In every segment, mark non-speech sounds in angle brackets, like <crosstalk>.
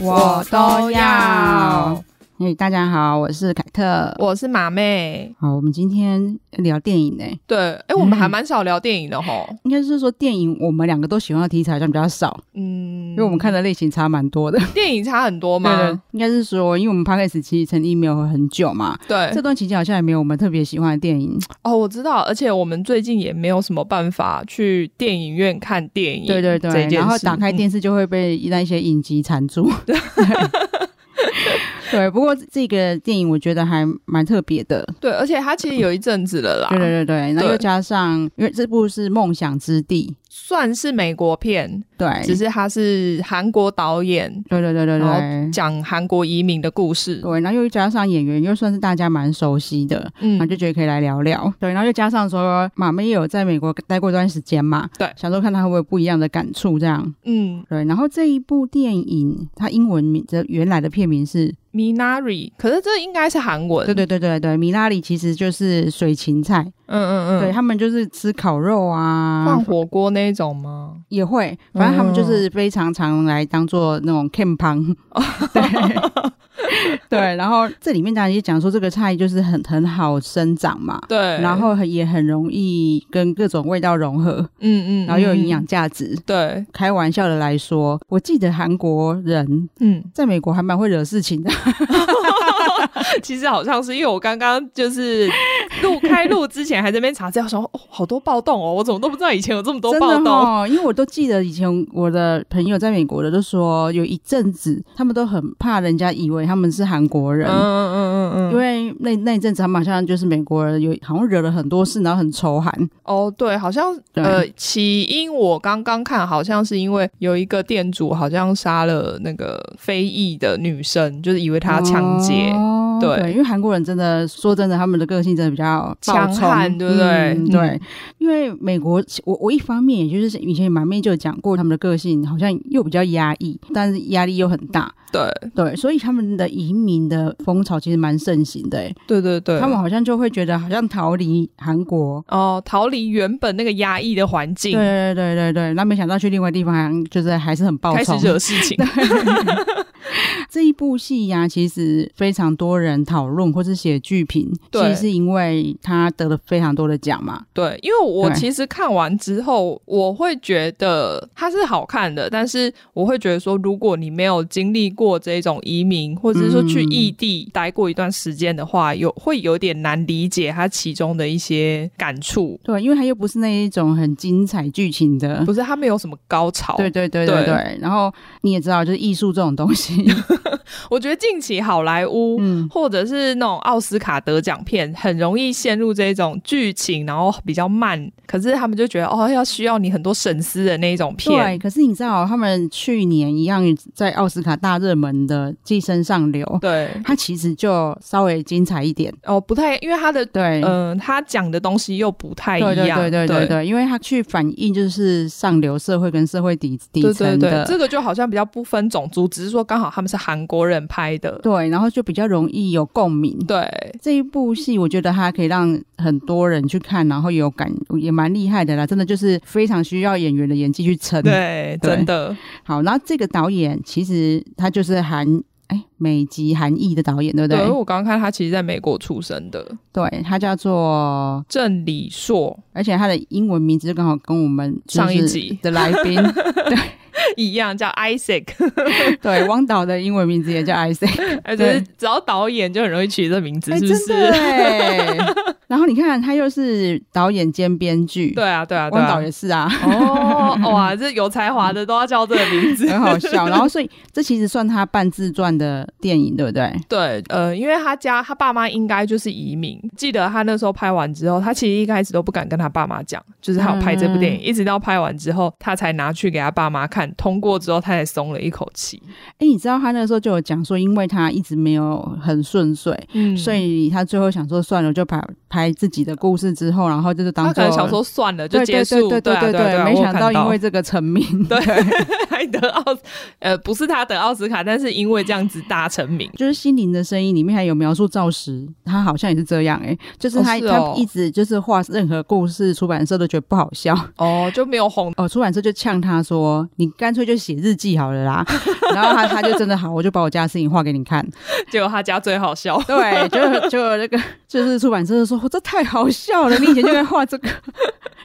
我都要。嘿、大家好，我是凯特。我是马妹，好，我们今天聊电影呢、对，哎、我们还蛮少聊电影的吼，应该是说电影我们两个都喜欢的题材好像比较少，嗯，因为我们看的类型差蛮多的。电影差很多 <laughs> 对嘛，应该是说，因为我们 p o d c a 期成立没有很久嘛，对这段期间好像也没有我们特别喜欢的电影。哦，我知道，而且我们最近也没有什么办法去电影院看电影，对对对这，件然后事打开嗯电视就会被那一些影集缠住。 <laughs> 对对，不过这个电影我觉得还蛮特别的，嗯对，而且它其实有一阵子了啦，对对对对，那啊对又加上因为这部是《梦想之地算是美国片，》，对，只是它是韩国导演对对对对然对。讲韩国移民的故事，对，然后又加上演员，又算是大家蛮熟悉的，嗯然后就觉得可以来聊聊。对，然后又加上说，马妹也有在美国待过一段时间嘛，对想说看她会不会不一样的感触这样。嗯对，然后这一部电影，它英文名的原来的片名是， ，Minari，可是这应该是韩文，对对对对对，米拉里其实就是水芹菜，嗯嗯嗯，对他们就是吃烤肉啊放，火锅那一种吗？也会，反正他们哦就是非常常来当做那种 camp 旁， <laughs> 对 <laughs> 对，然后这里面当然也讲说这个菜就是很很好生长嘛，对，然后很也很容易跟各种味道融合，嗯嗯，然后又有营嗯，养价值。对，开玩笑的来说，我记得韩国人嗯，在美国还蛮会惹事情的。 <laughs> 其实好像是因为我刚刚就是录开录之前还在那边查资料，想说哦，好多暴动哦，我怎么都不知道以前有这么多真暴的动，哦，因为我都记得以前我的朋友在美国的都说，有一阵子他们都很怕人家以为他们是韩国嗯人，嗯嗯嗯因嗯，为那那一阵子他们好像就是美国人有好像惹了很多事，然后很仇韩。哦对，好像对呃起因我刚刚看好像是因为有一个店主好像杀了那个非裔的女生，就是以为她抢劫，哦对对，因为韩国人真的说真的，他们的个性真的比较暴强冲悍对不对嗯嗯对，因为美国，我我一方面也就是以前满面就有讲过，他们的个性好像又比较压抑，但是压力又很大，对对，所以他们的移民的风潮其实蛮盛行的、欸，对对对，他们好像就会觉得好像逃离韩国。哦逃离原本那个压抑的环境对，对对对对，那没想到去另外地方，就是还是很暴开始冲。惹 <laughs> 事情，这一部戏呀、其实非常多人讨论或是写剧评，其对实是因为他得了非常多的奖嘛。对，因为我对其实看完之后，我会觉得它是好看的，但是我会觉得说，如果你没有经历过这种移民，或者是说去嗯异地待过一段时间的话，有会有点难理解它其中的一些感触。对，因为他又不是那一种很精彩剧情的。不是，它没有什么高潮。对对对对对，对然后你也知道，就是艺术这种东 <laughs> 西，我觉得近期好莱坞。嗯，或者是那种奥斯卡得奖片，很容易陷入这种剧情，然后比较慢。可是他们就觉得哦，要需要你很多省思的那一种对。片。可是你知道，他们去年一样在奥斯卡大热门的《寄生上流》，对，它其实就稍微精彩一点。哦，不太，因为它的对，嗯，他讲的东西又不太一对样，对对对对对，因为它去反映就是上流社会跟社会底底对层对的对，这个就好像比较不分种族，只是说刚好他们是韩国人拍的，对，然后就比较容易有共鸣。对这一部戏，我觉得它可以让很多人去看，然后有感，也蛮厉害的啦。真的就是非常需要演员的演技去撑。，对，对真的，好，然后这个导演其实他就是韩哎美籍韩裔的导演，对不对，对因为？我刚刚看他其实在美国出生的，对，他叫做，郑李硕而且他的英文名字就刚好跟我们就是上一集的来宾 <laughs> 一样叫 Isaac， <laughs> 对汪导的英文名字也叫 Isaac。而且哎只要导演就很容易取这名字，哎，是不真是？的哎。然后你看，他又是导演兼编剧，对啊，对啊，对汪导啊也。是啊，哦，哇，这有才华的都要叫这个名字， <laughs> 很好笑。然后所以这其实算他半自传的电影，对不对？对，呃，因为他家他爸妈应该就是移民。记得他那时候拍完之后，他其实一开始都不敢跟他爸妈讲，就是他有拍这部电影，一直到拍完之后，他才拿去给他爸妈看，通过之后，他才松了一口气。哎，你知道他那时候就有讲说，因为他一直没有很顺遂，嗯所以他最后想说算了，我就把拍自己的故事之后，然后就是当他可做能想说算了就对结对束，对对啊对对啊对啊，没我有想看到因为这个成名， <laughs> 对还得奥斯呃不是他得奥斯卡，但是因为这样子大成名，就是《心灵的声音》里面还有描述赵石，他好像也是这样哎、就是他、哦是哦他一直就是画任何故事，出版社都觉得不好笑，哦就没有红哦，出版社就呛他说：“你干脆就写日记好了啦。” <laughs> 然后他他就真的好，我就把我家的事情画给你看，结果他家最好笑，对，就就那个就是出版社就说：“哦这太好笑了，你以前就在画这个。”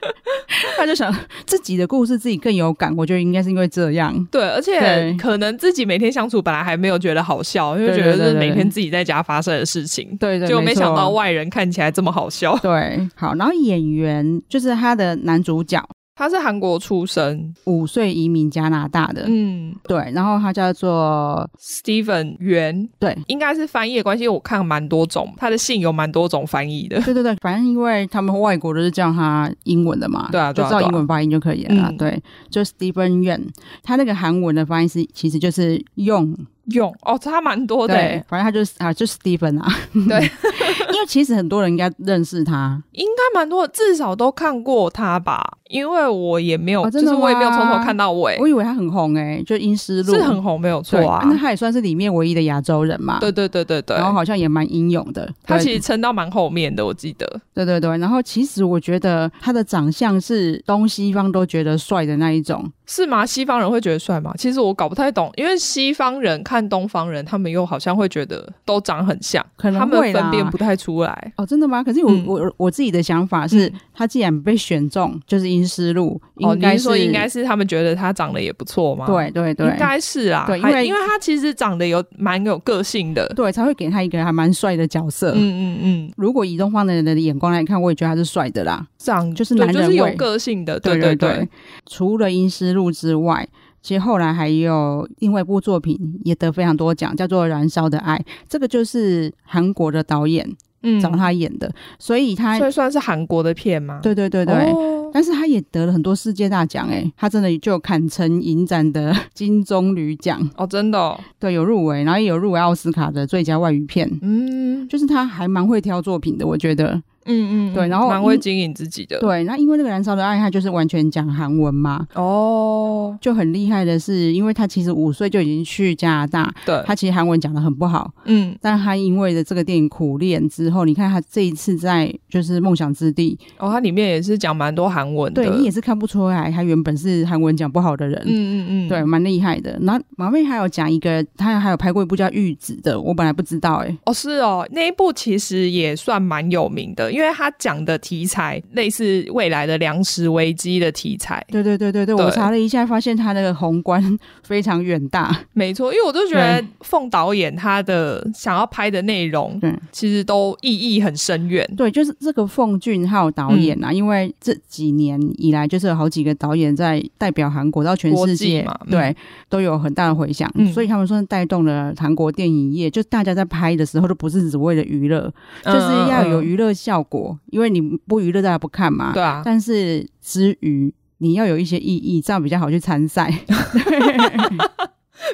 <laughs> 他就想自己的故事自己更有感，我觉得应该是因为这样。对，而且对可能自己每天相处本来还没有觉得好笑，因为对觉对得对是对每对天自己在家发生的事情，对对，结果没想到错外人看起来这么好笑。 <laughs> 对，好，然后演员就是他的男主角，他是韩国出生，五岁移民加拿大的，嗯对，然后他叫做，Steven 袁对。应该是翻译的关系，我看蛮多种，他的姓有蛮多种翻译的。 <laughs> <laughs> 对对对，反正因为他们外国都是叫他英文的嘛，对啊对就啊照对啊英文发音就可以了啦。嗯对，就 Stephen Yuan，他那个韩文的发音是其实就是用，用哦，差蛮多的对欸，，反正他就是啊，就 Stephen 啊， <laughs> 对， <laughs> 因为其实很多人应该认识他，应该蛮多的，至少都看过他吧，因为我也没有，哦就真的是我也没有从头吗看到尾我，以为他很红诶、就英诗路是很红，没有错对啊。那他也算是里面唯一的亚洲人嘛，对对对对对，然后好像也蛮英勇的，他对其实撑到蛮后面的，我记得。对对对，然后其实我觉得他的长相是东西方都觉得帅的那一种，是吗？西方人会觉得帅吗？其实我搞不太懂，因为西方人看东方人，他们又好像会觉得都长很像，可能他们会啦分辨不太出来。哦，真的吗？可是我、嗯我我自己的想法是，他既然被选中，就是阴思路，哦，应你该是是、说应该是他们觉得他长得也不错吗？，对对对应该是啊，对因还为因为他其实长得有蛮有个性的。对才会给他一个还蛮帅的角色。嗯嗯嗯，如果以东方的人的眼光来看，我也觉得他是帅的啦。长就是对男人味就是有个性的，对对对。除了阴思路之外。其实后来还有另外一部作品也得非常多奖，叫做《燃烧的爱》，这个就是韩国的导演嗯，找他演的，所以他所以算是韩国的片吗？对对对对，哦但是他也得了很多世界大奖哎、他真的就堪称影展的 <laughs> 金棕榈奖，哦，真的哦，对，有入围，然后也有入围奥斯卡的最佳外语片，嗯就是他还蛮会挑作品的，我觉得。嗯嗯，对然后蛮会经营自己的。对，那因为那个《燃烧的爱》，他就是完全讲韩文嘛，哦，就很厉害的是，因为他其实五岁就已经去加拿大，对，他其实韩文讲的很不好，嗯，但他因为的这个电影苦练之后，你看他这一次在就是梦想之地，哦，它里面也是讲蛮多韩文的，对你也是看不出来他原本是韩文讲不好的人，嗯嗯嗯，对，蛮厉害的。然后马妹还有讲一个，她还有拍过一部叫《玉子》的，我本来不知道哎、哦，是哦，那一部其实也算蛮有名的，因为它讲的题材类似未来的粮食危机的题材，对对对对对，对我查了一下，发现她那个宏观非常远大。没错。因为我就觉得凤导演他的想要拍的内容，对其实都意义很深远。对，就是这个奉俊昊导演嗯啊，因为这几年以来，就是有好几个导演在代表韩国到全国世际界嘛，嗯对，都有很大的回响，嗯所以他们算是带动了韩国电影业，就大家在拍的时候都不是只为了娱乐，就是要有嗯、嗯娱乐效果，因为你不娱乐大家不看嘛嗯。对啊，但是之余你要有一些意义，这样比较好去参 <laughs> 赛。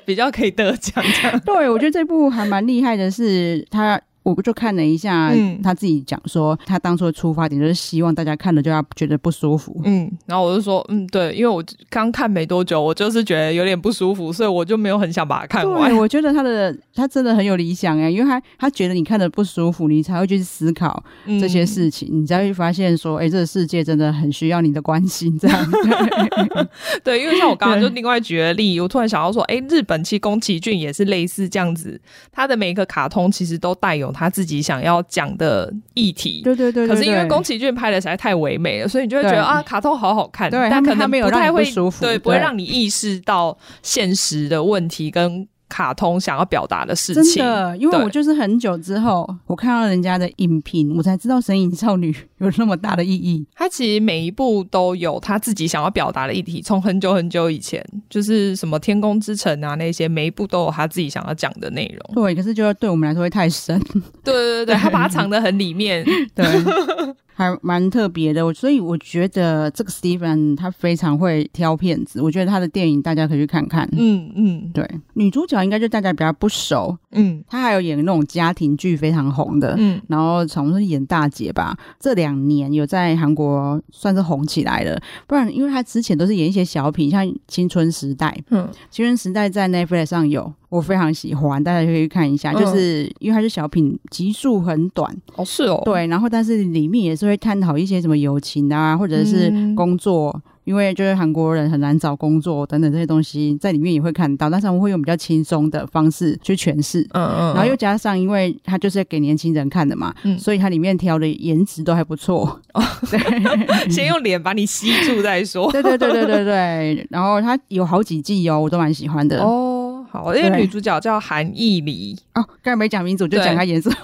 比较可以得奖 <laughs> 这样。对，我觉得这部还蛮厉害的是，他我就看了一下嗯，他自己讲说，他当初的出发点就是希望大家看了就要觉得不舒服。嗯，然后我就说，嗯，对，因为我刚看没多久，我就是觉得有点不舒服，所以我就没有很想把它看完对，。我觉得他的他真的很有理想哎，因为他他觉得你看的不舒服，你才会去思考嗯这些事情，你才会发现说，哎，这个世界真的很需要你的关心。这 <laughs> 样，对，因为像我刚刚就对另外举了例，我突然想到说，哎、日本其实宫崎骏也是类似这样子，他的每一个卡通其实都带有他自己想要讲的议题。对对对对对。可是因为宫崎骏拍的实在太唯美了，所以你就会觉对得啊，卡通好好看，对他但没可能他没有不让你太不会舒服对，不会对让你意识到现实的问题跟卡通想要表达的事真情。的，因为对我就是很久之后，我看到人家的影评，我才知道《神隐少女》 <laughs> 有那么大的意义。他其实每一部都有他自己想要表达的议题，从很久很久以前，就是什么《天空之城》啊那些，每一部都有他自己想要讲的内容。对，可是就对我们来说会太深。对对对，对，他把它藏得很里面。对，还蛮特别的。我所以我觉得这个 Steven 他非常会挑片子，我觉得他的电影大家可以去看看。 <laughs> 嗯嗯对，女主角应该就大家比较不熟，嗯她还有演那种家庭剧非常红的，嗯然后好像是演大姐吧，这两年有在韩国算是红起来了。不然，因为她之前都是演一些小品，像《青春时代》，嗯《青春时代》在 Netflix 上有，我非常喜欢，大家可以去看一下。嗯就是、因为它是小品，集数很短，哦是哦，对，然后但是里面也是会探讨一些什么友情啊，或者是嗯工作。因为就是韩国人很难找工作等等这些东西，在里面也会看到，但是我们会用比较轻松的方式去诠释。嗯嗯，然后又加上，因为它就是在给年轻人看的嘛，嗯哦所以它里面挑的颜值都还不错。对先用脸把你吸住再 <laughs> 说。对对对对对对。然后它有好几季哦，我都蛮喜欢的。哦， <laughs> 哦，好，因为对女主角叫韩艺梨，哦刚才没讲名字，我就对讲它颜色。 <laughs>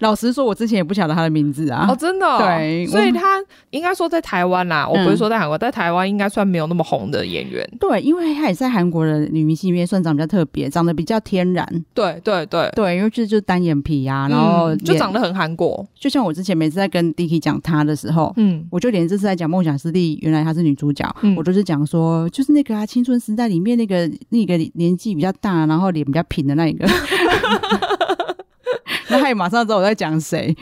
老实说，我之前也不晓得它的名字啊。哦，真的哦、对所以我她应该说在台湾啦，我不是说在韩国，在台湾应该算没有那么红的演员。对，因为她也在韩国的女明星里面算长得比较特别，长得比较天然。对对对，对，因为这就是单眼皮啊，然后、嗯就长，得很韩国，就像我之前每次在跟 Dicky 讲她的时候，嗯我就连这次在讲《梦想之地》，原来她是女主角，嗯我都是讲说，就是那个啊，《青春时代》里面那个那个年纪比较大，然后脸比较平的那一个。 <laughs> 那他也马上知道我在讲谁。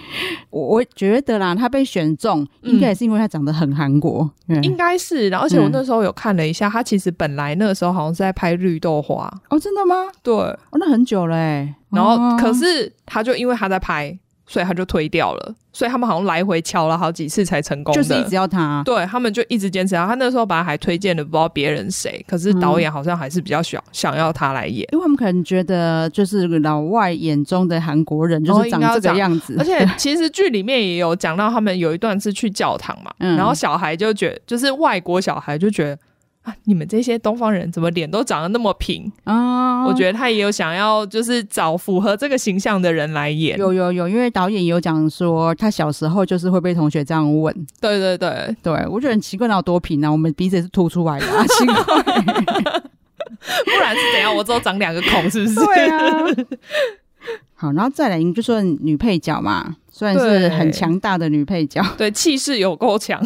我我觉得啦，她被选中应嗯该也是因为她长得很韩国。嗯应该是。然后，而且我嗯那时候有看了一下，她其实本来那个时候好像是在拍《绿豆花》，哦，真的吗？对，哦，那很久嘞、欸。然后哦可是她就因为她在拍，所以她就推掉了，所以他们好像来回敲了好几次才成功的。就是一直要她。对他们就一直坚持，然后他那时候本来还推荐了不知道别人谁，可是导演好像还是比较想、嗯想要他来 <laughs> 演，因为他们可能觉得，就是老外眼中的韩国人就哦是应长该要这长个样子，而且其实剧里面也有讲到，他们有一段是去教堂嘛，嗯然后小孩就觉就是外国小孩就觉得啊，你们这些东方人怎么脸都长得那么平？啊，我觉得他也有想要就是找符合这个形象的人来演，有有有，因为导演也有讲说，他小时候就是会被同学这样问。对对对，对我觉得很奇怪，哪有多平啊？我们鼻子也是凸出来的、啊， <laughs> 奇怪。不然是怎样？我之后长两个孔是不是？对啊。 <laughs> 好，然后再来，你就说女配角嘛，虽然对是很强大的女配角， <laughs> <laughs> 对，气势有够强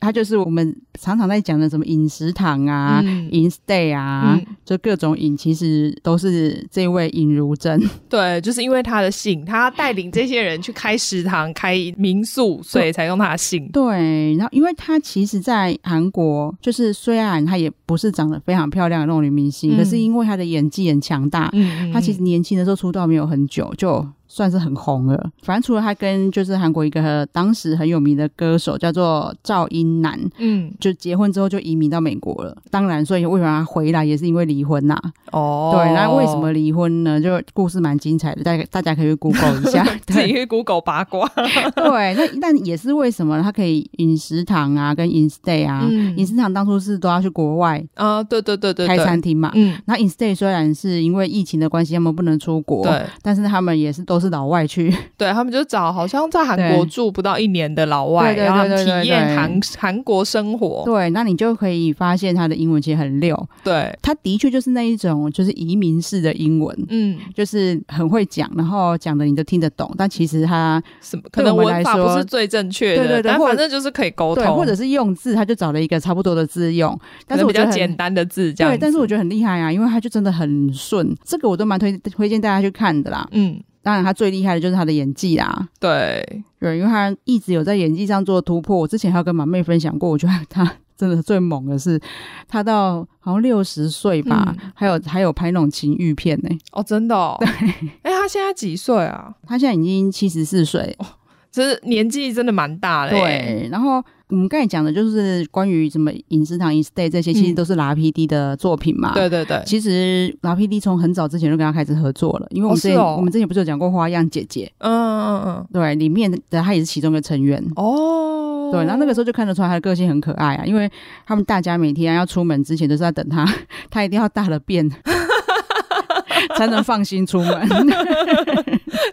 她就是我们常常在讲的什么饮食堂啊、嗯饮 stay 啊，嗯就各种饮，其实都是这位尹如珍。对，就是因为他的姓，他带领这些人去开食堂、开民宿，所以才用他的姓。对，然后因为她其实，在韩国，就是虽然她也不是长得非常漂亮的那种女明星，嗯可是因为她的演技很强大，嗯她其实年轻的时候出道没有很久，就算是很红了。反正除了她跟就是韩国一个当时很有名的歌手叫做赵英男，嗯就结婚之后就移民到美国了。当然，所以为什么她回来也是因为离婚呐、哦对，那为什么离婚呢？就故事蛮精彩的，大家大家可以去 Google 一下。 <laughs> <laughs> 自对。己去 Google 八卦？ <laughs> 对，那但也是为什么他可以饮食堂啊，跟饮 stay <laughs> 啊，嗯饮、食堂当初是都要去国外啊，对对对对开对，餐厅啊嘛。嗯，那 instay 虽然是因为疫情的关系，他们不能出国，对但是他们也是都是老外去，对，他们就找好像在韩国对住不到一年的老外，对对对然后他对们对体验对韩韩国生活。对，那你就可以发现他的英文其实很溜，对，他的确就是那一种就是移民式的英文。嗯，就是很会讲，然后讲的你都听得懂，但其实他什么可对能我们文来法不说是最正确的，对对对但或反者正就是可以沟对，通，或者是用字，他就找了一个差不多的字用，但可是能我比觉得较很简单的字这样对，子。但是我觉得很厉害啊，因为他就真的很顺，这个我都蛮推推荐大家去看的啦。嗯，当然，他最厉害的就是他的演技啦。对，对，因为他一直有在演技上做突破。我之前还有跟马妹分享过，我觉得他 <laughs> 真的最猛的是，他到好像六十岁吧，嗯还有还有拍那种情欲片呢、哦，真 <laughs> 的哦，哎，他现在几岁啊？他现在已经七十四岁，就是年纪真的蛮大的、欸。对。然后我们刚才讲的就是关于什么饮食堂、饮 stay 这些，其实嗯都是拉 PD 的作品嘛。对对对其实老 PD 从很早之前就跟他开始合作了，因为我们之哦是前、哦我们之前不是有讲过花样姐姐，嗯嗯嗯，对，里面的他也是其中一个成员。哦，对，然后那个时候就看得出来他的个性很可爱啊，因为他们大家每天要出门之前都是在等 <laughs> 他，他一定要大了便，才能放心出门。 <laughs>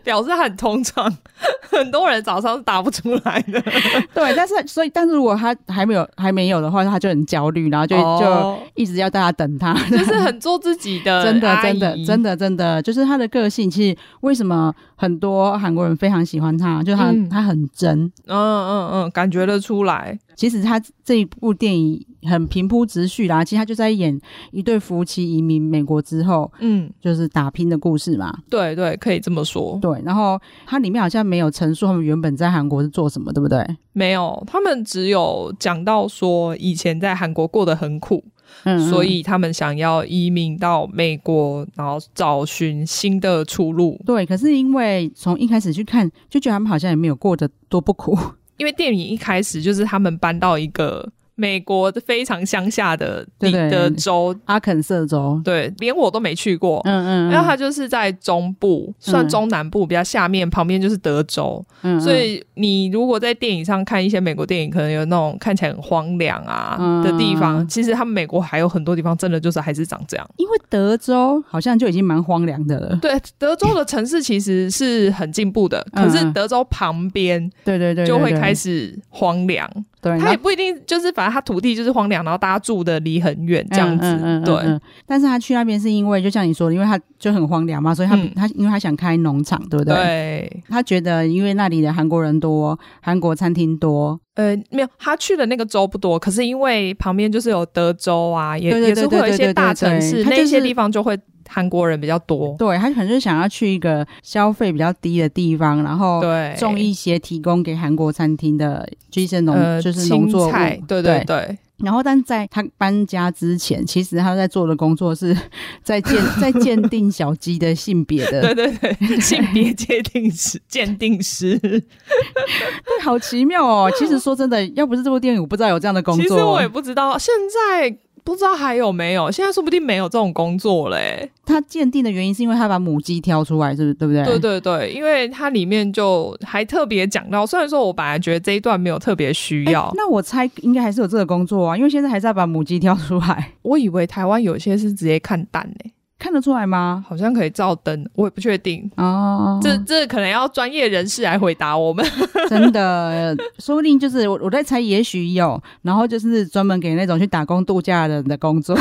表示他很通畅， <laughs> 很多人早上是答不出来的， <laughs> 对，但是所以，但是如果他还没有还没有的话，他就很焦虑，然后 <laughs> 就、哦 <laughs> 就一直要大家等他。就是很做自己 <laughs> 的，真的，真的，真的，的，真的，就是他的个性。其实为什么很多韩国人非常喜欢他，就是他、嗯他很真。嗯嗯嗯，感觉得出来，其实他这一部电影很平铺直叙啦，其实他就在演一对夫妻移民美国之后，嗯，就是打拼的故事嘛。对对，可以这么说。对，然后它里面好像没有陈述他们原本在韩国是做什么，对不对？没有，他们只有讲到说以前在韩国过得很苦，嗯，嗯所以他们想要移民到美国，然后找寻新的出路。对，可是因为从一开始去看，就觉得他们好像也没有过得多不苦。 <laughs> 因为电影一开始就是他们搬到一个美国非常乡下的对地对的州，阿肯色州，对，连我都没去过。嗯嗯，然后它就是在中部，算嗯中南部比较下面，旁边就是德州。他所以你如果在电影上看一些美国电影，可能有那种看起来很荒凉啊、嗯的地方，其实他们美国还有很多地方真的就是还是长这样。因为德州好像就已经蛮荒凉的了。 <laughs> 对，德州的城市其实是很进步的，嗯可是德州旁边对对对，就会开始始荒凉。对，它然也后不一定，就是反正它土地就是荒凉，然后大家住的离很远这样子。嗯嗯嗯嗯对，嗯但是他去那边是因为，就像你说的，因为他就很荒凉嘛，所以他、嗯他因为他想开农场，对不对？对，他觉得因为那里的韩国人多，韩国餐厅多，呃，没有，他去的那个州不多，可是因为旁边就是有德州啊，也对对也是会有一些大城对对对对市，对它就那是些地方就会韩国人比较多。对他可能就想要去一个消费比较低的地方，然后对，种一些提供给韩国餐厅的就一些农、呃就是农青作物菜，，对对对，然后，但在他搬家之前，其实他在做的工作是 <laughs> 在鉴在鉴定小鸡的性别的，对对对， <laughs> 性别界定师、鉴定师，对 <laughs> 好奇妙哦。其实说真的，要不是这部电影，我不知道有这样的工其作。实我也不知道现在。不知道还有没有？现在说不定没有这种工作嘞、他鉴定的原因是因为他把母鸡挑出来，是不是？对不对？对对对，因为它里面就还特别讲到，虽然说我本来觉得这一段没有特别需哎要，那我猜应该还是有这个工作啊，因为现在还是要把母鸡挑出来， <laughs> 我以为台湾有些是直接看蛋呢、看得出来吗？好像可以照灯，我也不确定。哦，这这可能要专业人士来回答我们。 <laughs> 真的，说不定就是我我在猜，也许有，然后就是专门给那种去打工度假的人的工 <laughs> 作。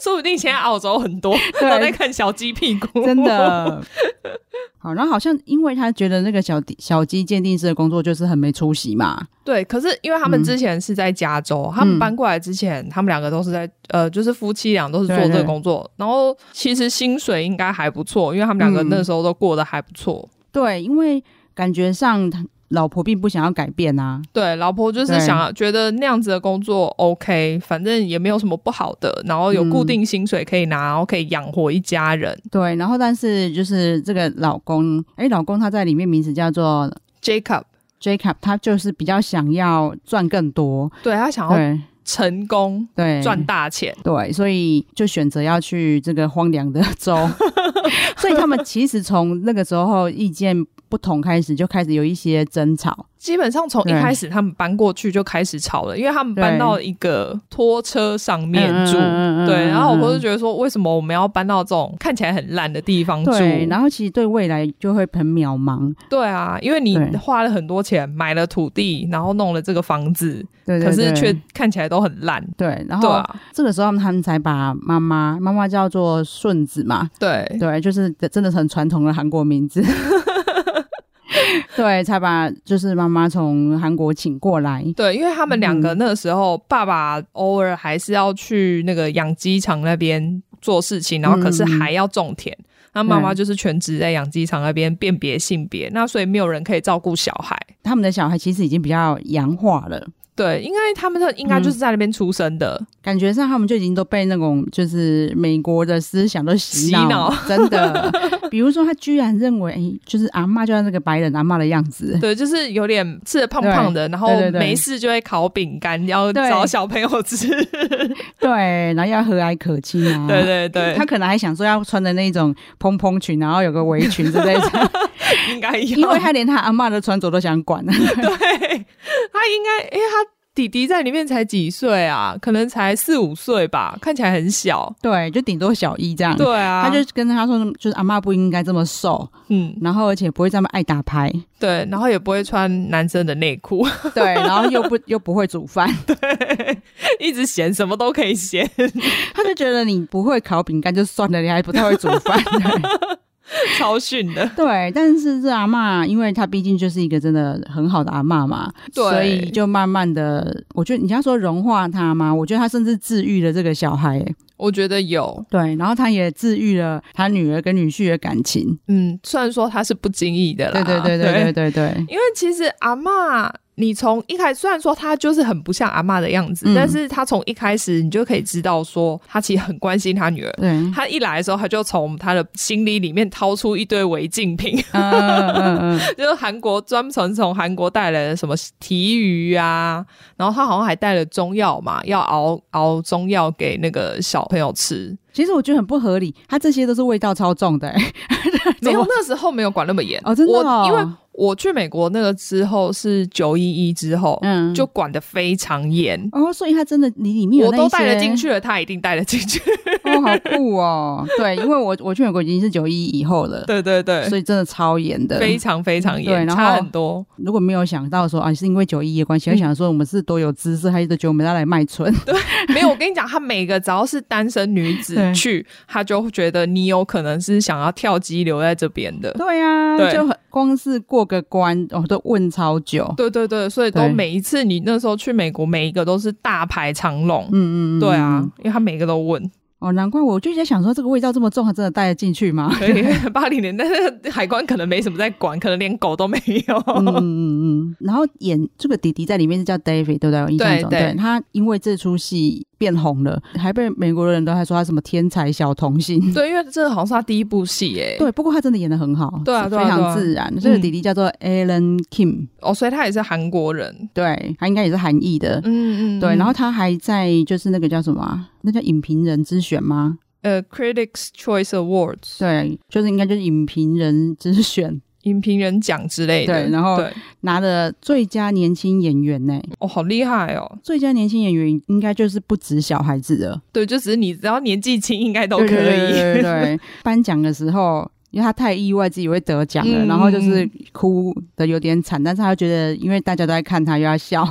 说不定现在澳洲很多都对在看小鸡屁股，真。的。好，然后好像因为他觉得那个小弟小鸡鉴定师的工作就是很没出息嘛，对，可是因为他们嗯之前是在加州，他们搬过来之前，他们两个都是在呃，就是夫妻俩都是做这对个对工作，然后其实薪水应该还不错，因为他们两个嗯那时候都过得还不错。对，因为感觉上他老婆并不想要改变啊，对，老婆就是对想要觉得那样子的工作 OK，反正也没有什么不好的，然后有嗯固定薪水可以拿，然后可以养活一家人。对，然后但是就是这个老公，哎，老公他在里面名字叫做 Jacob， Jacob，他就是比较想要赚更多，对他想要对成功对，赚大钱，对，所以就选择要去这个荒凉的 <laughs> <laughs> 州，所以他们其实从那个时候意见不同开始就开始有一些争吵，基本上从一对开始他们搬过去就开始吵了，因为他们搬对到一个拖车上面嗯住。嗯嗯嗯对，嗯然后我婆嗯就觉得说，为什么我们要搬到这种看起来很烂的地方住？对，然后其实对未来就会很渺茫。对啊，因为你对花了很多钱买了土地，然后弄了这个房子，对对可是对却看起来都很烂。对，然对后啊，这个时候他们才把妈妈，妈妈叫做顺子嘛，对，对，就是真的是很传统的韩国名字。 <laughs> 对，才把就是妈妈从韩国请过来。对，因为他们两嗯个那个时候，爸爸偶尔还是要去那个养鸡场那边做事情，然后嗯可是还要种田。那妈妈就是全职在养鸡场那边辨别性别，那所以没有人可以照顾小孩。他们的小孩其实已经比较洋化了，对，因为他们的应该嗯就是在那边出生的，感觉上他们就已经都被那种就是美国的思想都洗脑，洗脑真的。 <laughs> 比如说，他居然认为，哎，就是阿嬷就像那个白人阿嬷的样子，对，就是有点吃的胖胖的，然后对对对没事就会烤饼干，要对找小朋友吃。对，然后要和蔼可亲啊， <laughs> 对对对他，可能还想说要穿的那种蓬蓬裙，然后有个围裙之类的，应该要， <laughs> 因为他连他阿嬷的穿着都想管。对他应该，因为他弟弟在里面才几岁啊？可能才四五岁吧，看起来很小。对，就顶多小一这样。对啊，他就跟他说，嗯就是阿妈不应该这么瘦，嗯，然后而且不会这么爱打牌，对，然后也不会穿男生的内裤，对，然后又不 <laughs> 又不会煮饭，一直嫌什么都可以嫌。他就觉得你不会烤饼干就算了，你还不太会煮 <laughs> 饭。超逊的，对，但是这阿嬷，因为她毕竟就是一个真的很好的阿嬷嘛，对所以就慢慢的，我觉得你要说融化她吗？我觉得她甚至治愈了这个小孩，欸我觉得有，对，然后她也治愈了她女儿跟女婿的感情，嗯，虽然说他是不经意的啦，对对对对对对对，因为其实阿嬷，你从一开始虽然说她就是很不像阿嬷的样子，嗯但是她从一开始你就可以知道说，她其实很关心她女儿。对，嗯她一来的时候，她就从她的行李里面掏出一堆违禁品， <laughs> 嗯嗯嗯，就是韩国专程从韩国带来的什么提鱼啊，然后她好像还带了中药嘛，要熬熬中药给那个小朋友 <laughs> 吃。 <laughs> 其实我觉得很不合理，她这些都是味道超重的，欸没怎有么那时候没有管那么严哦真的哦 <laughs> 我因为我去美国那个之后是九一一之后，嗯，就管得非常严。哦，所以她真的你里面有我都那一带些了进去了，他一定带了进去。 <laughs> 哦，好酷哦！对，因为我我去美国已经是九一以后了，对对对，所以真的超严的。 <laughs> 非常非常对严，然后差很多。如果没有想到说啊，是因为九一的关系，会想说我们是多有知识，还是觉得我们要来卖 <laughs> 春？没有，我跟你讲，他每个只要是单身 <laughs> 女对子去，他就会觉得你有可能是想要跳机留在这边的。对呀、对就很光是过个关，哦，都问超久。对啊对对，所以都对每一次你那时候去美国，每一个都是大排长龙。嗯嗯，嗯对啊，，因为他每个都问，哦，难怪我就在想说，这个味道这么重，还真的带得进去吗？<laughs> 所以八零年代那个海关可能没什么在管，可能连狗都没有。嗯嗯嗯嗯，然后演这个弟弟在里面是叫 David，对不对？我印象对中，对对他因为这出戏变红了，还被美国人都还说他什么天才小童星。 <laughs> 对，因为这好像是他第一部戏耶。对，不过他真的演的很好，对啊是对啊非对常啊嗯自然。这个弟弟叫做 Alan Kim，、哦，所以他也是韩国人。对他应该也是韩裔的。嗯对，然后他还在就是那个叫什么啊、那叫影评人之选吗？呃，Critics Choice Awards 对，就是应该就是影评人之选 <laughs> 影评人奖之类的。对然后对，拿了最佳年轻演员呢、哦，好厉害哦。最佳年轻演员应该就是不止小孩子的，对，就只是你只要年纪轻，应该都可对以。对对对对对颁奖的时候。因为他太意外自己会得奖了，嗯然后就是哭的有点惨，但是他又觉得因为大家都在看他，又要 <laughs> 笑，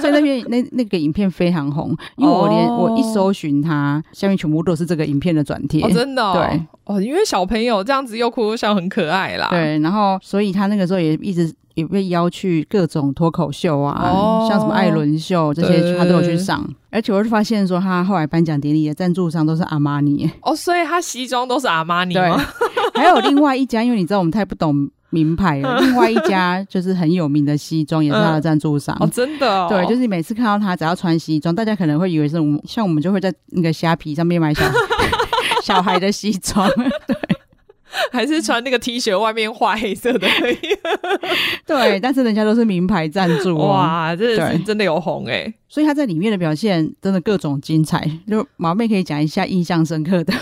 所以那边那那个影片非常红。因为我连、哦我一搜寻他，下面全部都是这个影片的转贴。 <laughs> 哦，真的、哦。对。哦，因为小朋友这样子又哭又笑，很可爱啦。。对，然后所以他那个时候也一直也被邀去各种脱口秀啊，哦像什么艾伦秀这些，对他都有去上。而且我就发现说，他后来颁奖典礼的赞助商都是阿玛尼，哦，所以他西装都是阿玛尼对吗？， <laughs> 还有另外一家，因为你知道我们太不懂名牌了，嗯另外一家就是很有名的西装，也是他的赞助商。 <laughs> 哦，真的哦。对，就是每次看到他只要穿西装，大家可能会以为是我们，像我们就会在那个虾皮上面 <laughs> 买小小孩的西装，还是穿那个 T 恤，外面画黑色的。 <laughs> 对，但是人家都是名牌赞助哦。哇，真的是对真的有红哎、欸。所以他在里面的表现真的各种精彩。就毛妹可以讲一下印象深 <laughs> 刻的，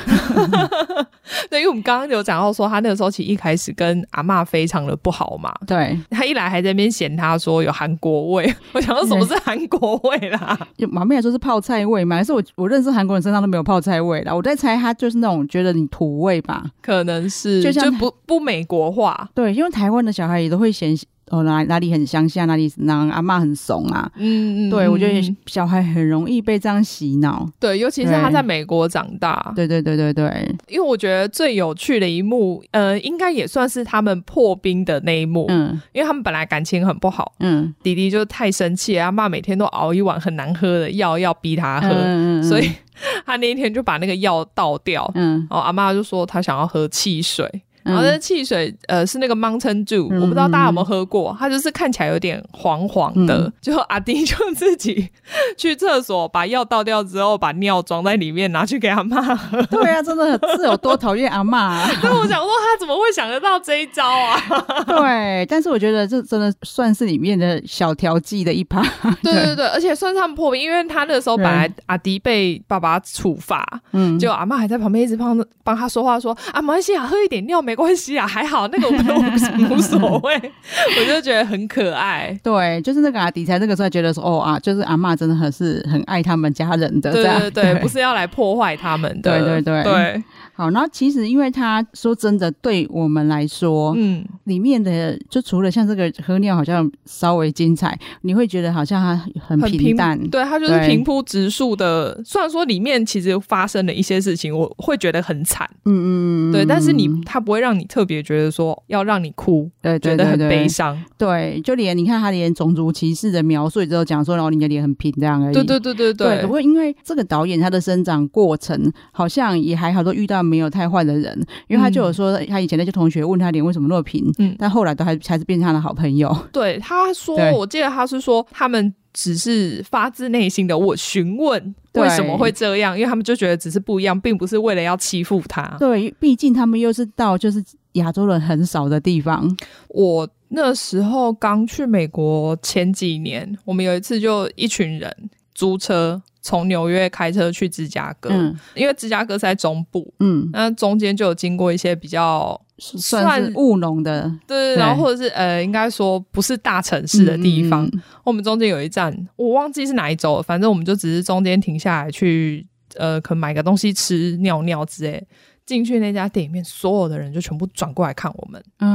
对，因为我们刚刚有讲到说，他那个时候其实一开始跟阿嬷非常的不好嘛。对，他一来还在那边嫌他说有韩国味， <laughs> 我想说什么是韩国味啦？就毛妹来说是泡菜味嘛，还是我我认识韩国人身上都没有泡菜味啦？我在猜他就是那种觉得你土味吧，可能是就像不不美国化，对，因为台湾的小孩也都会嫌哦哪哪里很乡下，哪里哪阿嬷很怂啊。嗯，嗯对，我觉得嗯小孩很容易被这样洗脑。对，尤其是对他在美国长大，对对对对对，因为我觉得最有趣的一幕，呃，应该也算是他们破冰的那一幕，嗯因为他们本来感情很不好，嗯，弟弟就太生气了，他妈每天都熬一碗很难喝的药要逼他喝，嗯嗯嗯所以 <laughs> 他那一天就把那个药倒掉，嗯，然后阿妈就说她想要喝汽水，然后嗯那汽水呃是那个 Mountain Dew，、嗯我不知道大家有没有喝过，它就是看起来有点黄黄的。嗯就阿丁就自己去厕所把药倒掉之后，把尿装在里面拿去给阿妈 <laughs> 喝。对啊，真的是有多讨厌阿嬷啊。所以我想说，他怎么会想得到这一招啊？ <laughs> 对，但是我觉得这真的算是里面的小调剂的一趴。对对对，而且算上破冰，因为他那时候本来阿迪被爸爸处罚，嗯，结果阿妈还在旁边一直帮帮他说话说啊，没关系啊，喝一点尿没没关系啊，还好，那个我无所谓， <laughs> 我就觉得很可爱。对，就是那个阿迪才那个时候觉得说，哦啊，就是阿嬷真的很是很爱他们家人的，对这样对对，不是要来破坏他们的，对对对对， <laughs> 好，然后其实因为他说真的，对我们来说，嗯，里面的就除了像这个喝尿好像稍微精彩，你会觉得好像它很很平淡，对，它就是对平铺直述的。虽然说里面其实发生了一些事情，我会觉得很惨，嗯嗯嗯，对，但是你嗯它不会让你特别觉得说要让你哭，对对觉对得很对悲伤。对，就连你看他连种族歧视的描述也只有讲说，然哦后你的脸很平这样而已，对对对对对，不过因为这个导演他的生长过程好像也还好，都遇到没有太坏的人，因为他就有说他以前那些同学问他脸为什么那么平，嗯但后来都还还是变成他的好朋友。 <laughs> 对，他说对，我记得他是说他们。只是发自内心的，我询问对为什么会这样，因为他们就觉得只是不一样，并不是为了要欺负他。对，毕竟他们又是到就是亚洲人很少的地方，我那时候刚去美国前几年，我们有一次就一群人租车从纽约开车去芝加哥，嗯因为芝加哥是在中部，嗯，那中间就有经过一些比较算是务农的对，对然后或者是呃，应该说不是大城市的地方。嗯嗯我们中间有一站，我忘记是哪一周了，反正我们就只是中间停下来去呃，可能买个东西吃、尿尿之类。进去那家店里面，所有的人就全部转过来看我们，嗯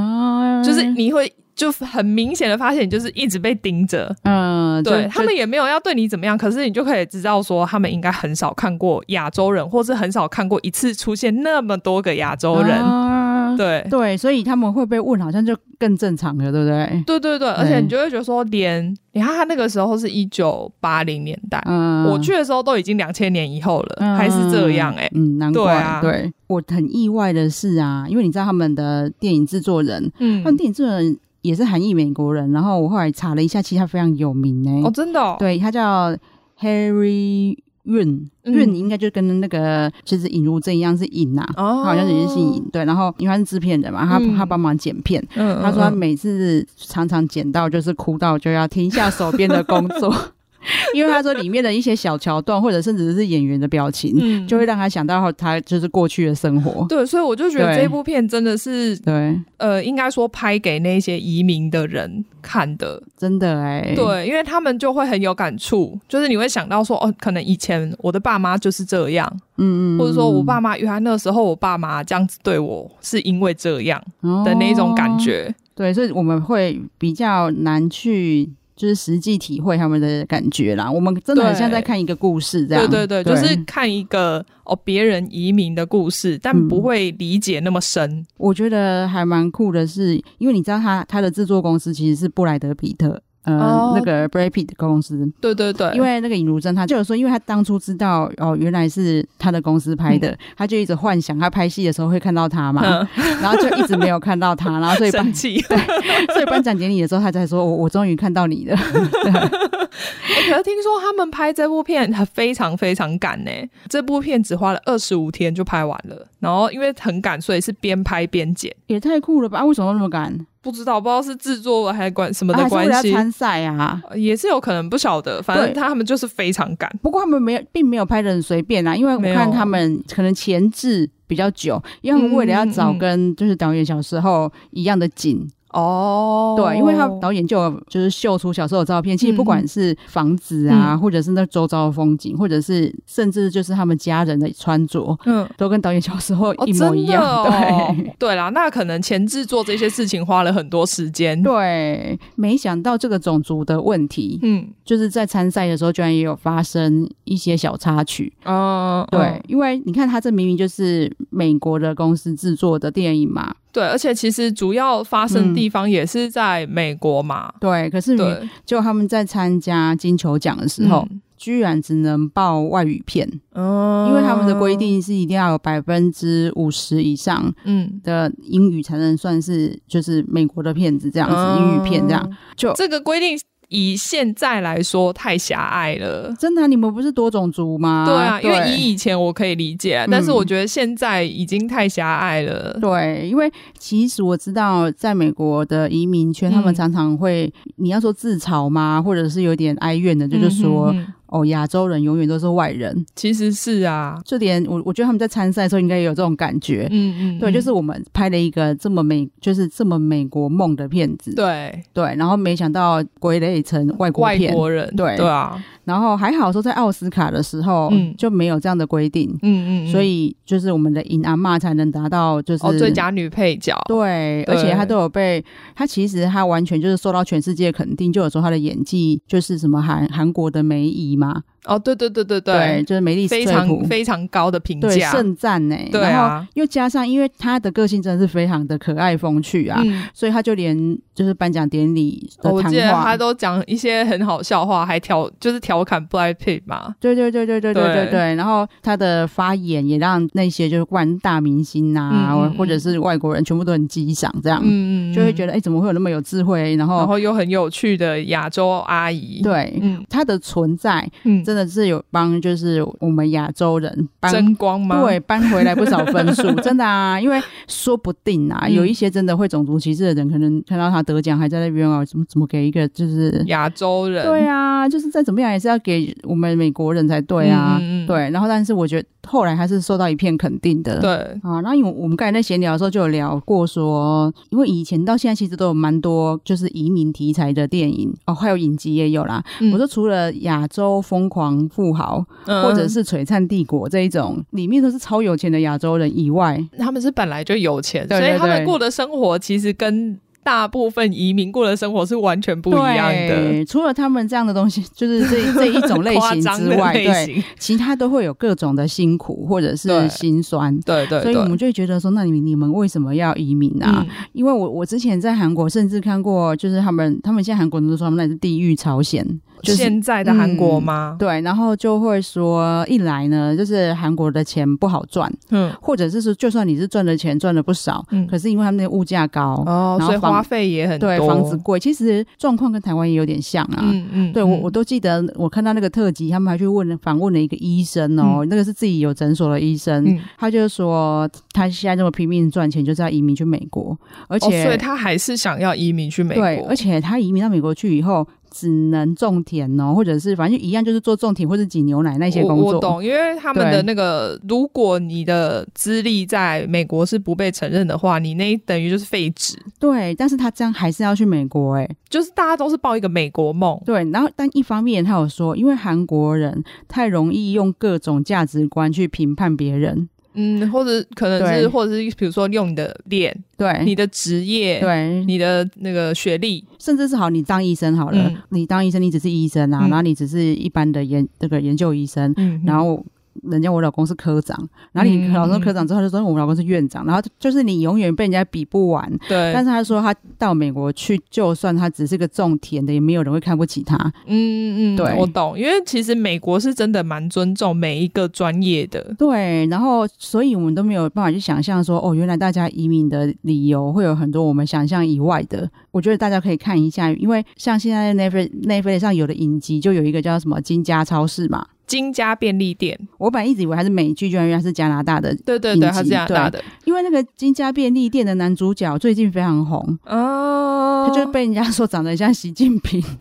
啊，就是你会就很明显的发现，你就是一直被盯着。嗯，就对就他们也没有要对你怎么样，可是你就可以知道说，他们应该很少看过亚洲人，或是很少看过一次出现那么多个亚洲人。啊对对，所以他们会被问，好像就更正常了，对不对？对对对，而且你就会觉得说连，你看他那个时候是一九八零年代，嗯，我去的时候都已经两千年以后了，嗯还是这样哎、嗯，难怪。对啊对我很意外的是啊，因为你知道他们的电影制作人，嗯他，们哦电影制作人也是韩裔美国人，然后我后来查了一下，其实他非常有名呢、哦，真的、哦，对他叫 Harry Yun，嗯 Yun 应该就跟那个就是引入症一样是尹呐、啊。哦，他好像也是姓尹，对，然后因为他是制片人嘛，他、嗯他帮忙剪片，嗯，嗯他说他嗯每次常常剪到就是哭到就要停下手边的工作， <laughs> 因为他说里面的一些小桥段或者甚至是演员的表情，嗯就会让他想到他就是过去的生活。对，所以我就觉得对这部片真的是对，呃，应该说拍给那些移民的人看的，真的哎、，对，因为他们就会很有感触，就是你会想到说，哦，可能以前我的爸妈就是这样，嗯嗯，或者说我爸妈原来哎那时候我爸妈这样子对我是因为这样的那种感哦。觉。对，所以我们会比较难去。就是实际体会他们的感觉啦，我们真的很像在看一个故事这样。对对对，就是看一个哦别人移民的故事，但嗯不会理解那么深。我觉得还蛮酷的是，因为你知道他他的制作公司其实是布莱德比特，呃，哦那个 Brad Pitt 公司，对对对，因为那个尹如珍，他就有说，因为他当初知道哦，原来是他的公司拍的，他就一直幻想他拍戏的时候会看到他嘛，嗯然后就一直没有看到他，然 <laughs> 后所以颁生气。所以颁奖典礼的时候，他才说我我终于看到你了。 <laughs> 欸可是听说他们拍这部片很非常非常赶呢、这部片只花了二十五天就拍完了，然后因为很赶，所以是边拍边剪。也太酷了吧！啊为什么那么赶？不知道，不知道是制作还关什么啊的还是为关了要系，参赛啊？呃也是有可能不晓得。反正对他们就是非常赶，不过他们没有，并没有拍的很随便啊，因为我没有看他们可能前置比较久，因为他们为了要找嗯嗯嗯跟就是导演小时候一样的景，哦对，因为他导演就有就是秀出小时候的照片，其实不管是房子啊，嗯或者是那周遭的风景，或者是甚至就是他们家人的穿着，嗯。都跟导演小时候哦，一模一真的样。哦对，对啦，那可能前置做这些事情花了很多时间。对，没想到这个种族的问题，嗯，就是在参赛的时候，居然也有发生一些小插曲。哦、对，嗯因为你看，它这明明就是美国的公司制作的电影嘛，对，而且其实主要发生地方也是在美国嘛。对。可是对，嗯就他们在参加金球奖的时候，居然只能报外语片，嗯，嗯因为他们的规，定是一定要有百分之五十以上嗯，的英语才能算是就是美国的片子这样子，英语片这嗯样。就这个规定以现在来说太狭隘了。真的啊、你们不是多种族吗？对啊，因为以以前我可以理解，啊但是嗯我觉得现在已经太狭隘了。对，因为其实我知道，在美国的移民圈，嗯他们常常会，你要说自嘲吗，或者是有点哀怨的，就是说，嗯哼哼哦，亚洲人永远都是外人，其实是啊，就连我我觉得他们在参赛的时候应该也有这种感觉。嗯嗯，对，嗯就是我们拍了一个这么美，就是这么美国梦的片子，对对然后没想到归类成外国外片，国人，对对啊，然后还好说在奥斯卡的时候、嗯就没有这样的规定，嗯嗯，嗯所以就是我们的银阿妈才能达到就是、哦，最佳女配角，对，而对且他都有被他其实他完全就是受到全世界肯定，就有说他的演技就是什么韩韩国的梅姨嘛，哦，对对对对就是梅丽史非翠常普，非常高的评对，价，盛赞呢、对然后啊，又加上因为他的个性真的是非常的可爱风趣啊，嗯，哦所以他就连就是颁奖典礼的我谈记得他话。都讲一些很好笑话，还调就是调侃 Blackpink 嘛，对对对对对对对对对对，然后他的发言也让那些就是万大明星啊，嗯嗯嗯或者是外国人全部都很激赏，这样、嗯就会觉得，得哎、怎么会有那么有智慧？然后然后又很有趣的亚洲阿姨，，对，嗯它的存在嗯，真的是有帮，就是我们亚洲人搬。争光吗？对，搬回来不少分 <laughs> 数，真的啊，因为说不定啊，嗯有一些真的会种族歧视的人，可能看到他得奖还在那边啊，怎么怎么给一个就是，亚洲人，对啊，就是再怎么样也是要给我们美国人才对啊，嗯嗯嗯对。然后，但是我觉得后来还是受到一片肯定的，对，啊，那因为我们刚才在闲聊的时候就有聊过说，因为以前到现在其实都有蛮多就是移民题材的电影哦，还有影集也有啦。嗯我说除了《亚洲疯狂富豪》嗯或者是《璀璨帝国》这一种里面都是超有钱的亚洲人以外，他们是本来就有钱，对所以对他们对过的生活其实跟大部分移民过的生活是完全不一样的。对。除了他们这样的东西，就是这这一种类 <laughs> 夸型张之的外，类对，型其他都会有各种的辛苦或者对是辛酸。对对对，所以我们就会觉得说，那你们你们为什么要移民啊？嗯因为我我之前在韩国甚至看过，就是他们他们现在韩国人都说他们那是地狱朝鲜，就是现在的韩国吗？对，然后就会说一来呢，就是韩国的钱不好赚，嗯，或者是说就算你是赚了钱赚的不少，嗯可是因为他们那个物价高，哦，然后所以房花费也很多，对，房子贵，其实状况跟台湾也有点像啊。嗯嗯，对我，嗯我都记得，我看到那个特辑，他们还去问访问了一个医生哦，那个是自己有诊所的医生，嗯，他就说他现在这么拼命赚钱，就是要移民去美国，而哦，且、所以他还是想要移民去美国，对，而且他移民到美国去以后，只能种田哦，或者是反正一样就是做种田或者挤牛奶那些工我作。我懂，因为他们的对那个，如果你的资历在美国是不被承认的话，你那等于就是废纸，对，但是他这样还是要去美国哎。就是大家都是抱一个美国梦，对，然后但一方面他有说，因为韩国人太容易用各种价值观去评判别人。嗯，或者可能是，对或者是比如说用你的脸、对，你的职业、对，你的那个学历，甚至是好，你当医生好了，嗯你当医生，你只是医生啊，嗯然后你只是一般的研这个研究医生，嗯然后人家我老公是科长，然后你嗯老公科长之后他就说我们老公是院长，然后就是你永远被人家比不完。对，但是他说他到美国去，就算他只是个种田的，也没有人会看不起他。嗯嗯，对我懂，因为其实美国是真的蛮尊重每一个专业的，对，然后所以我们都没有办法去想象说，哦，原来大家移民的理由会有很多我们想象以外的。我觉得大家可以看一下，因为像现在 Netflix Netflix 上有的影集，就有一个叫什么金家超市嘛。金家便利店，我本来一直以为它是美剧，居然原来是加拿大的，对对影对，集它是加拿大的，因为那个金家便利店的男主角最近非常红，哦，他就被人家说长得像习近平。 <laughs>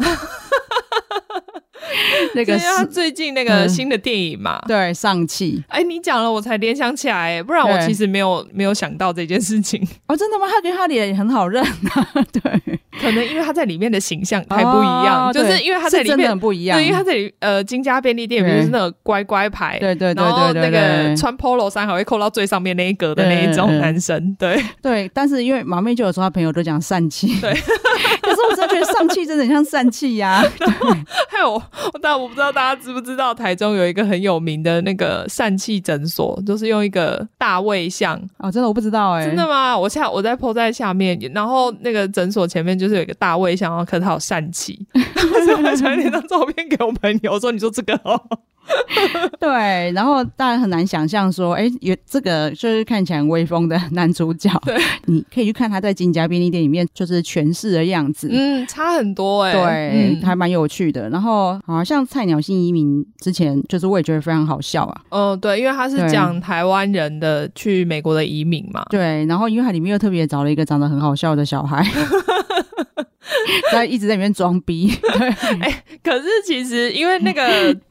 那这个是他是最近那个嗯新的电影嘛。对上气哎，你讲了我才联想起来，不然我对其实没有没有想到这件 <laughs> 事情，哦，真的吗？他跟他脸也很好认啊， <laughs> 对，可能因为他在里面的形象太不一样，哦就是对因为他在是里真的面，很不一样，对，因为他在里呃金家便利店里面对就是那个乖乖牌，对对对然后对那对个对穿 polo 衫还会扣到最上面那一格的那一种对对对男生，对， <laughs> 对，但是因为马妹就有说，她朋友都讲疝气，<laughs> 对可是我真的觉得上气真的很像疝气呀，还有，但我不知道大家知不知道，台中有一个很有名的那个疝气诊所，就是用一个大卫像，哦，真的我不知道哎，真的吗？我下我在 PO 在下面，然后那个诊所前面就是有一个大卫像，然后可是他有疝 <laughs> 气，所以我还传了一张照片给我朋友，说你说这个哦，对，然后当然很难想象说，哎，有这个就是看起来很威风的男主角，对，你可以去看他在金家便利店里面就是诠释的样子， <laughs> 嗯，差很多哎、对，嗯还蛮有趣的。然后好像菜鸟新移民之前，就是我也觉得非常好笑啊。嗯，对，因为他是对讲台湾人的去美国的移民嘛，对，然后因为它里面又特别找了一个长得很好笑的小孩，在一直在里面装逼。可是其实因为那 <laughs> 个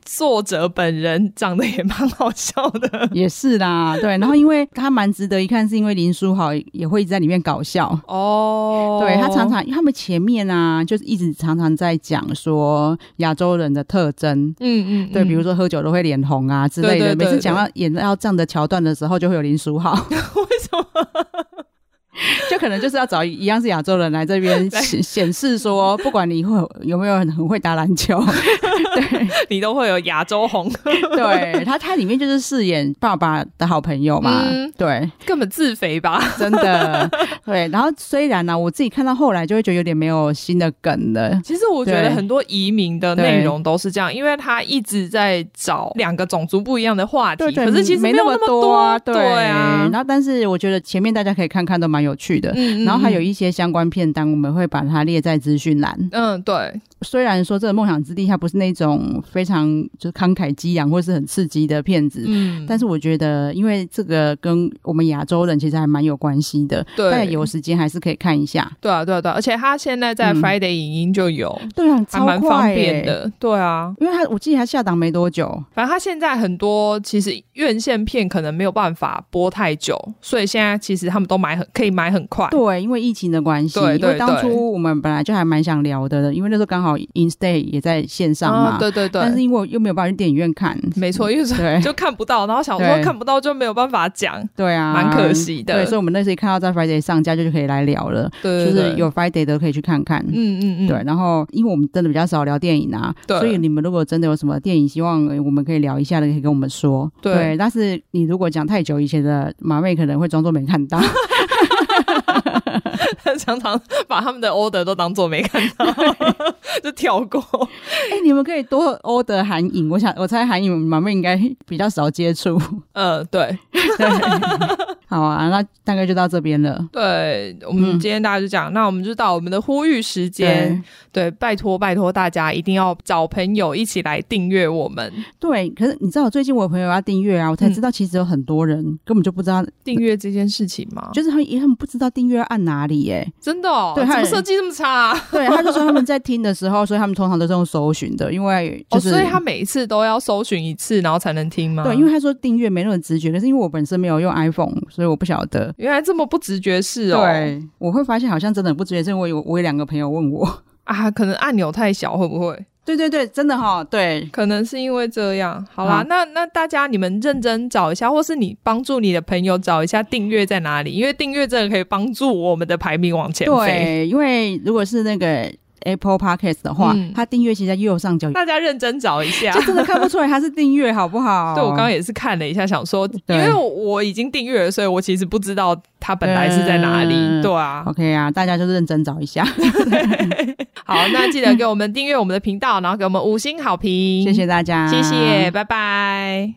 作者本人长得也蛮好笑 <laughs> 的也是啦，对。然后因为他蛮值得一看，是因为林书豪也会一直在里面搞笑。哦对他常常，因为他们前面啊，就是一直常常在讲说亚洲人的特征，嗯嗯，对，比如说说喝酒都会脸红啊之类的。对对对每次讲到演到这样的桥段的时候，就会有林书 <laughs> 豪， <laughs> 为什么就可能就是要找一样是亚洲人来这 <laughs> 边显显示说，不管你会有没有很很会打篮球， <laughs> 你都会有亚洲 <laughs> 红，对他，他里面就是饰演爸爸的好朋友嘛，嗯对，根本自肥 <laughs> 吧？真的对。然后虽然呢、我自己看到后来就会觉得有点没有新的梗了。其实我觉得对很多移民的对内容都是这样，因为他一直在找两个种族不一样的话题，对对，可是其实没没有么么啊，对啊然。后，但是我觉得前面大家可以看看，都蛮有趣的。嗯然后还有，一些相关片单，我们会把它列在资讯栏。嗯，嗯对，虽然说这个梦想之地它不是那种非常就慷慨激昂或是很刺激的片子，嗯，但是我觉得因为这个跟我们亚洲人其实还蛮有关系的，对大家有时间还是可以看一下。对啊，对啊，对啊，而且他现在在嗯 Friday 影音就有，对啊，还超蛮方快便欸。的。对啊，因为他我记得他下档没多久，反正他现在很多其实院线片可能没有办法播太久，所以现在其实他们都买很可以买很快。对，因为疫情的关系，对因为对当对初我们本来就还蛮想聊的，因为那时候刚好 Instay 也在线上嘛，啊对对对，但是因为我又没有办法去电影院 <laughs> 看，没错，因为对就看不到，然后想说对看不到就没有办法讲，对啊，蛮可惜的对，所以我们那次看到在 Friday 上架就就可以来聊了，对，就对是，有 Friday 的可以去看看。对嗯嗯嗯，对，然后因为我们真的比较少聊电影啊，对所以你们如果真的有什么电影，希望呃我们可以聊一下的，可以跟我们说。对但是你如果讲太久以前的，马妹可能会装作没看到。常常把他们的 order 都当做没看 <laughs> 到，就跳过。哎、你们可以多 order 韩影，我想我猜韩影马妹应该比较少接触。 <laughs> 嗯，对对好啊，那大概就到这边了。对，我们嗯今天大家就讲，那我们就到我们的呼吁时间。对，拜托拜托大家一定要找朋友一起来订阅我们，对，对，可是你知道，最近我有朋友要订阅啊，我才嗯知道其实有很多人、根本就不知道，订阅这件事情吗？就是他们他们不知道订阅要按哪里耶、 <laughs> 真的、哦，对怎还么有设计这么差啊、对，他就说他们在听的时候，所以他们通常都是用搜寻的，因为就是、哦，所以他嗯每一次都要搜寻一次，然后才能听吗？对，因为他说订阅没那么直觉，可是因为我本身没有用 iPhone，所以我不晓得。原来这么不直觉是哦，对，我会发现好像真的很不直觉，是因为我有我有两个朋友问我， <laughs> 啊，可能按钮太小会不会？对对对，真的哈、对可能是因为这样。好啦，好那那大家你们认真找一下，或是你帮助你的朋友找一下订阅在哪里，因为订阅真的可以帮助我们的排名往前飞。对，因为如果是那个 Apple Podcast 的话，嗯它订阅其实在右上角，大家认真找一下就。真的看不出来它是订阅，好不好？ <laughs> 对，我刚刚也是看了一下，想说，因对为我已经订阅了，所以我其实不知道它本来是在哪里。嗯对啊， OK 啊，大家就是认真找一下，嗯好，那记得给我们订阅我们的频道，然后给我们五星好评，谢谢大家，谢谢，拜拜。